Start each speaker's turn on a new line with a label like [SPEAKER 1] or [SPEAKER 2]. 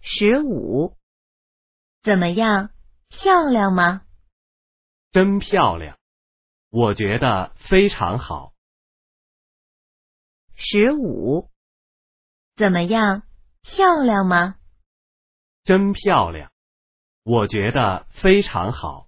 [SPEAKER 1] 十五。怎么样，漂亮吗？
[SPEAKER 2] 真漂亮，我觉得非常好。
[SPEAKER 1] 十五。怎么样，漂亮吗？
[SPEAKER 2] 真漂亮，我觉得非常好。